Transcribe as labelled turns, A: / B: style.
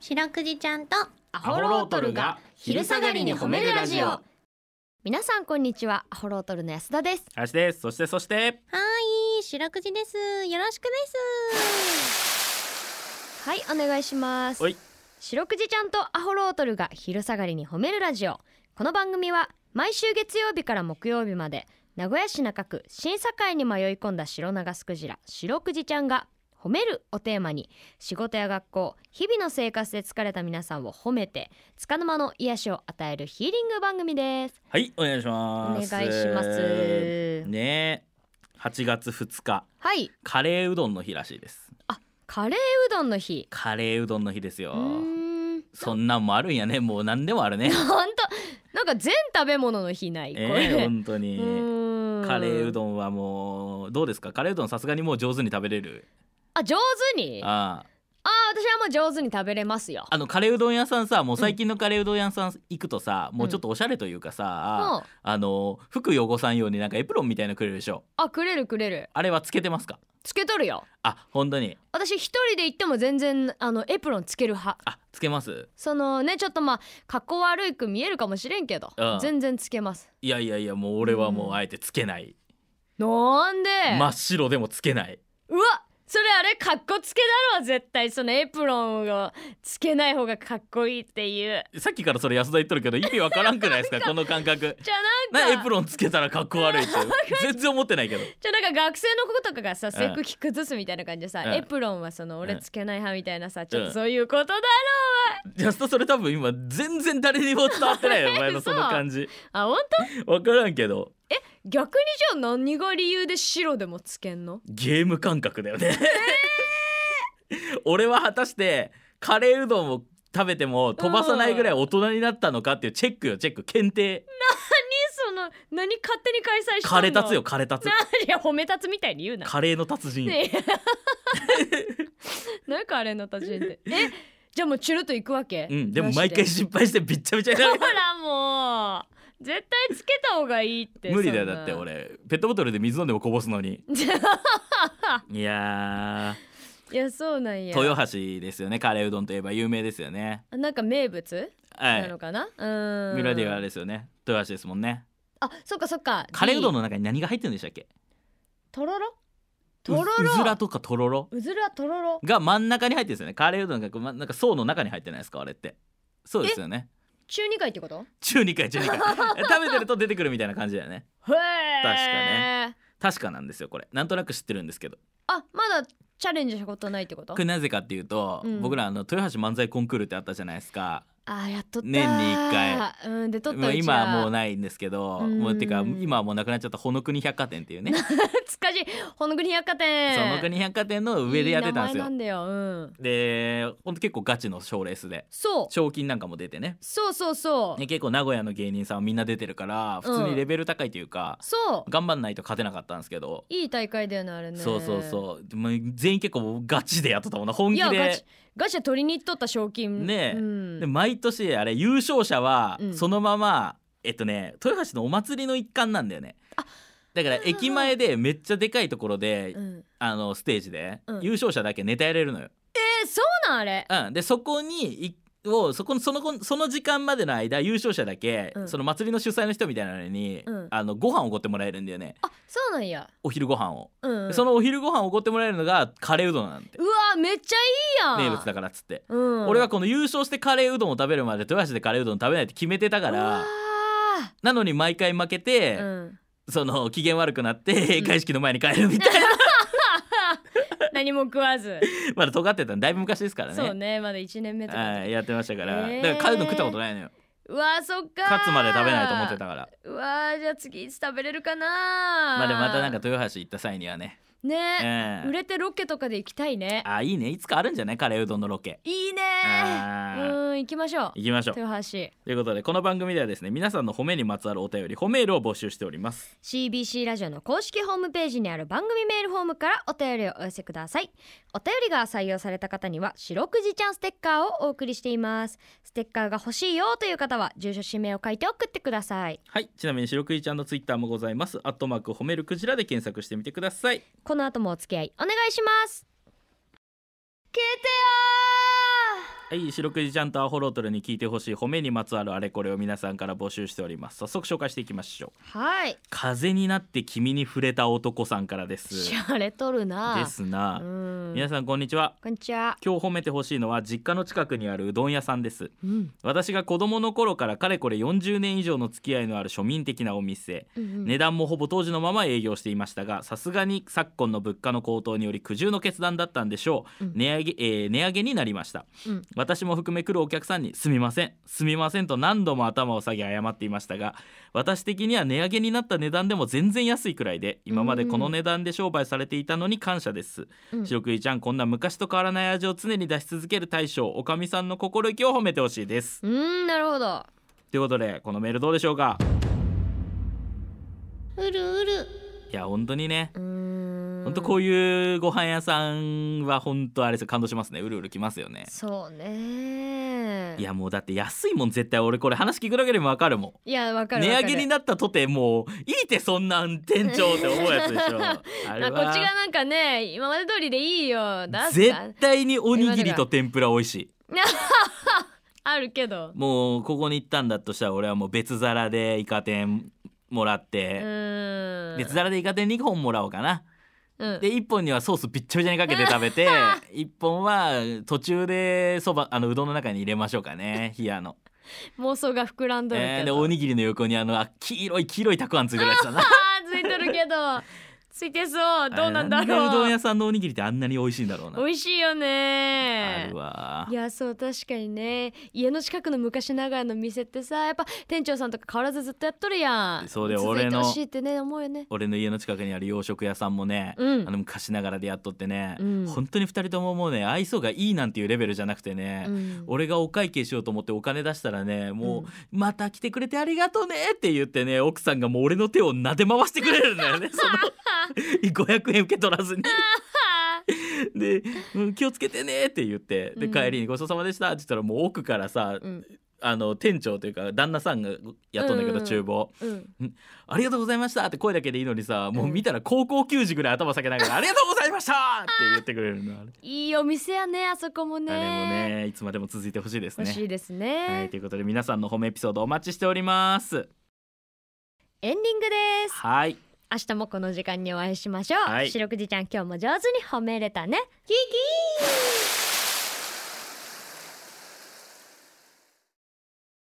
A: 白くじちゃんとア
B: ホロートルが昼下がりに褒めるラジオ
C: 皆さんこんにちはアホロートルの安田です
B: 林ですそしてそして
A: いい白くじですよろしくです
C: はいお願いします
B: おい
C: 白くじちゃんとアホロートルが昼下がりに褒めるラジオこの番組は毎週月曜日から木曜日まで名古屋市中区審査会に迷い込んだ白長スクジラ白くじちゃんが褒めるをテーマに仕事や学校日々の生活で疲れた皆さんを褒めて束の間の癒しを与えるヒーリング番組です
B: はいお願いし
C: お
B: ま
C: 願い
B: す
C: します
B: ねえ8月2日
C: はい
B: カレーうどんの日らしいです
C: カレーうどんの日
B: カレーうどんの日です
C: う
B: よ
C: ーん
B: そんなんもあるんやねもう何でもある ね
C: 本当なんか全食べ物の日ないこ
B: え
C: れ、
B: え本当にカ
C: カ
B: レーう
C: ん
B: どんはもうどうですかカレーうどんさすがにもう上手に食べれる
C: あ上手にあ
B: ああ
C: あ私はもう上手に食べれますよ
B: あのカレーうどん屋さんさもう最近のカレーうどん屋さん行くとさ、もうちょっとおしゃれというかさ、
C: もう
B: あの服汚さんようになんかエプロンみたいなのくれるでしょ
C: あくれるくれる
B: あれはつけてますか
C: つけとるよ
B: あ本当に
C: 私一人で行っても全然あのエプロンつける派
B: あつけます
C: そのねちょっとまあ格好悪いく見えるかもしれんけど
B: うん
C: 全然つけます
B: いやいやいやもう俺はもううんあえてつけない、
C: なんで、
B: 真っ白でもつけないう
C: わそれあれ格好つけだろ絶対そのエプロンをつけない方がかっこいいっていう
B: さっきからそれ安田言っとるけど意味わからんく ないですかこの感覚
C: じゃあなん
B: な
C: か
B: エプロンつけたらかっこ悪いって 全然思ってないけど
C: じゃあなんか学生の子とかがさ
B: うん
C: 制服着崩すみたいな感じでさ、
B: うん
C: エプロンはその俺つけない派みたいなさ、ちょっ
B: うん
C: とそういうことだろ
B: 安田それ多分今全然誰にも伝わってない よお前のその感じ
C: あ本
B: わからんけど
C: 当逆にじゃあ何が理由で白でもつけんの
B: ゲーム感覚だよね、 俺は果たしてカレーうどんを食べても飛ばさないぐらい大人になったのかっていうチェックよチェック検定
C: 何その何勝手に開催したの
B: カレー立つよカレー立つ
C: 何いや褒め立つみたいに言うな、
B: カレーの達人よ、
C: ねえ なんかあれの立ち位 置でえじゃあもうチュルと行くわけ
B: うんでも毎回
C: なし
B: 失敗してびっちゃびちゃに
C: で
B: な
C: ほ
B: る
C: らもう絶対つけた方がいいって
B: 無理だよ
C: そんな
B: だって 俺ペットボトルで水飲んでもこぼすのにいや
C: いやそうなんや
B: ー豊橋ですよねカレーうどんといえば有名ですよね
C: なんか名物
B: は
C: ないのかな、うーん
B: ミラディはあれですよね豊橋ですもんね
C: あそっかそっか
B: カレーうどん
C: D
B: の中に何が入ってるんでしたっけ
C: とろろと
B: う
C: ろろ
B: うずらとかとろろ
C: うずらとろろ
B: が真ん中に入ってるんですよねカレーうどんがこうまなんか層の中に入ってないですかあれってそうですよね
C: 中二回ってことへ
B: 中2回中2回 食べてると出てくるみたいな感じだよね
C: 確か
B: ね確かなんですよこれなんとなく知ってるんですけど
C: あまだチャレンジしたことないってこと
B: これなぜかっていうと、
C: うん
B: 僕らあの豊橋漫才コンクールってあったじゃないですか
C: あやっとった
B: 年に一回
C: うんで撮った
B: もう
C: うち
B: 今
C: ら
B: はもうないんですけど
C: うん
B: もうてか今はもうなくなっちゃったほの国百貨店っていうね
C: つかじほの国百貨店
B: その国百貨店の上でやってたんです
C: いい名前な
B: よ
C: んだよ、うん、
B: でほんと結構ガチの賞レースで
C: そう
B: 賞金なんかも出てね
C: そうそうそう、
B: ね結構名古屋の芸人さんはみんな出てるから普通にレベル高いというか、
C: そう
B: 頑張んないと勝てなかったんですけど、
C: いい大会だよねあれね
B: そうそうそうでも全員結構ガチでやってたもんな本
C: い
B: 気
C: やガ
B: で
C: チガチで取りに行っとった賞金
B: ねえ
C: うん
B: で毎年あれ優勝者は
C: うん
B: そのまま、えっとね豊橋のお祭りの一環なんだよね
C: あ
B: だから駅前でめっちゃでかいところで、
C: うん
B: あのステージで、
C: うん
B: 優勝者だけネタやれるのよ、
C: えそうなんあれ
B: うん、でそこにいをそこのその後その時間までの間優勝者だけ、
C: うん
B: その祭りの主催の人みたいなのに、
C: うん
B: あのご飯おごってもらえるんだよね
C: あそうなんや
B: お昼ご飯を、
C: うんうん
B: そのお昼ご飯おごってもらえるのがカレーうどんなんて
C: うわめっちゃいいや
B: 名
C: ん
B: 物だからっつって、
C: うん
B: 俺はこの優勝してカレーうどんを食べるまで豊橋でカレーうどん食べないって決めてたか
C: うわ
B: らなのに毎回負けて、
C: ーうん
B: その機嫌悪くなって閉会式の前に帰るみたいな、
C: 何も食わず
B: まだ尖ってたのだいぶ昔ですからね
C: そうねまだ一年目とか
B: はいやってましたから、
C: へー
B: だからカレーうどん食ったことないのよ
C: うわそっか
B: 勝つまで食べないと思ってたから
C: うわじゃあ次いつ食べれるかな
B: まあでもまたなんか豊橋行った際にはね、
C: ね
B: え
C: 売れてロケとかで行きたいね
B: あいいねいつかあるんじゃないカレーうどんのロケ
C: いいね
B: あー
C: うん行きましょう
B: 行きましょう
C: 豊橋
B: ということでこの番組ではですね皆さんの褒めにまつわるお便り褒めールを募集しております
C: CBC ラジオの公式ホームページにある番組メールフォームからお便りをお寄せくださいお便りが採用された方には白くじちゃんステッカーをお送りしていますステッカーが欲しいよという方は住所氏名を書いて送ってください
B: はいちなみに白くじちゃんのツイッターもございますアットマーク褒めるクジラで検索してみてください
C: この後もお付き合いお願いします聞いてよー
B: はい白くじちゃんとアホロートルに聞いてほしい褒めにまつわるあれこれを皆さんから募集しております早速紹介していきましょう
C: はい
B: 風になって君に触れた男さんからです
C: しゃれとるな
B: ですな、
C: うん
B: 皆さんこんにちは
C: こんにちは
B: 今日褒めてほしいのは実家の近くにあるうどん屋さんです
C: うん
B: 私が子供の頃からかれこれ40年以上の付き合いのある庶民的なお店
C: うん
B: 値段もほぼ当時のまま営業していましたがさすがに昨今の物価の高騰により苦渋の決断だったんでしょう、
C: うん
B: 値上げ、えー値上げになりました、
C: うん
B: 私も含め来るお客さんに「すみませんすみません」と何度も頭を下げ謝っていましたが私的には値上げになった値段でも全然安いくらいで今までこの値段で商売されていたのに感謝です、
C: うん
B: 白くいちゃんこんな昔と変わらない味を常に出し続ける大将おかみさんの心意気を褒めてほしいです
C: うんなるほど
B: ということでこのメールどうでしょうか
A: うるうる
B: いや本当にね
C: うん
B: 本当こういうご飯屋さんは本当あれですよ感動しますねうるうるきますよね
C: そうね
B: いやもうだって安いもん絶対俺これ話聞くだけでも分かるも
C: いやわか
B: ん
C: る
B: 値
C: わか
B: 上
C: る
B: げになったとてもういいってそんなん店長って思うやつ でしょあれ
C: あこっちが
B: は
C: なんかね今まで通りでいいよだって
B: 絶対におにぎりと天ぷら美味しい
C: あるけど
B: もうここに行ったんだとしたら俺はもう別皿でイカ天もらっ
C: う
B: て、
C: ーん
B: 別皿でイカ天2本もらおうかな、
C: うん
B: で1本にはソースびっちょびちょにかけて食べ て1本は途中でそばあのうどんの中に入れましょうか ね冷やの、
C: 妄想が膨らんどる
B: えー
C: け
B: で
C: ど、
B: おにぎりの横にあのあ黄色い黄色いたくあんついてるやつだな
C: あーついとるけどついてそうどうなんだ
B: あれでうど
C: ろ
B: ん
C: う
B: 屋さんのおにぎりってあんなに美味しいんだろうな
C: 美味しいよ
B: あ
C: ね
B: るわ
C: いやそう確かにね家の近くの昔ながらの店ってさやっぱ店長さんとか変わらずずっとやっとるやん
B: そうだよ
C: 続いて
B: 俺の
C: ほしいってね思うよね
B: 俺の家の近くにある洋食屋さんもね、
C: うん
B: あの昔ながらでやっとってね、
C: うん
B: 本当に2人とももうね愛想がいいなんていうレベルじゃなくてね、
C: うん
B: 俺がお会計しようと思ってお金出したらねもう、
C: うん
B: また来てくれてありがとうねって言ってね奥さんがもう俺の手を撫で回してくれるんだ よねその500円受 け取らずに。
C: あー
B: で、うん気をつけてねって言ってで
C: うん
B: 帰りに「ごちそうさまでした」って言ったらもう奥からさ、
C: うん
B: あの店長というか旦那さんがやっとんだけ
C: うん
B: ど、
C: うん
B: 厨房。
C: うん
B: ありがとうございましたって声だけでいいのにさもううん見たら高校球児ぐらい頭下げながら「ありがとうございました!」って言ってくれるのあれ
C: いいお店やねあそこもね
B: あれもねいつまでも続いてほしいです
C: 欲
B: ね。
C: しいです
B: は
C: ね
B: い、ということで皆さんの褒めエピソードお待ちしております。
C: エンディングです
B: はい、
C: 明日もこの時間にお会いしましょう、
B: はい
C: 白くじちゃん今日も上手に褒めれたねキキー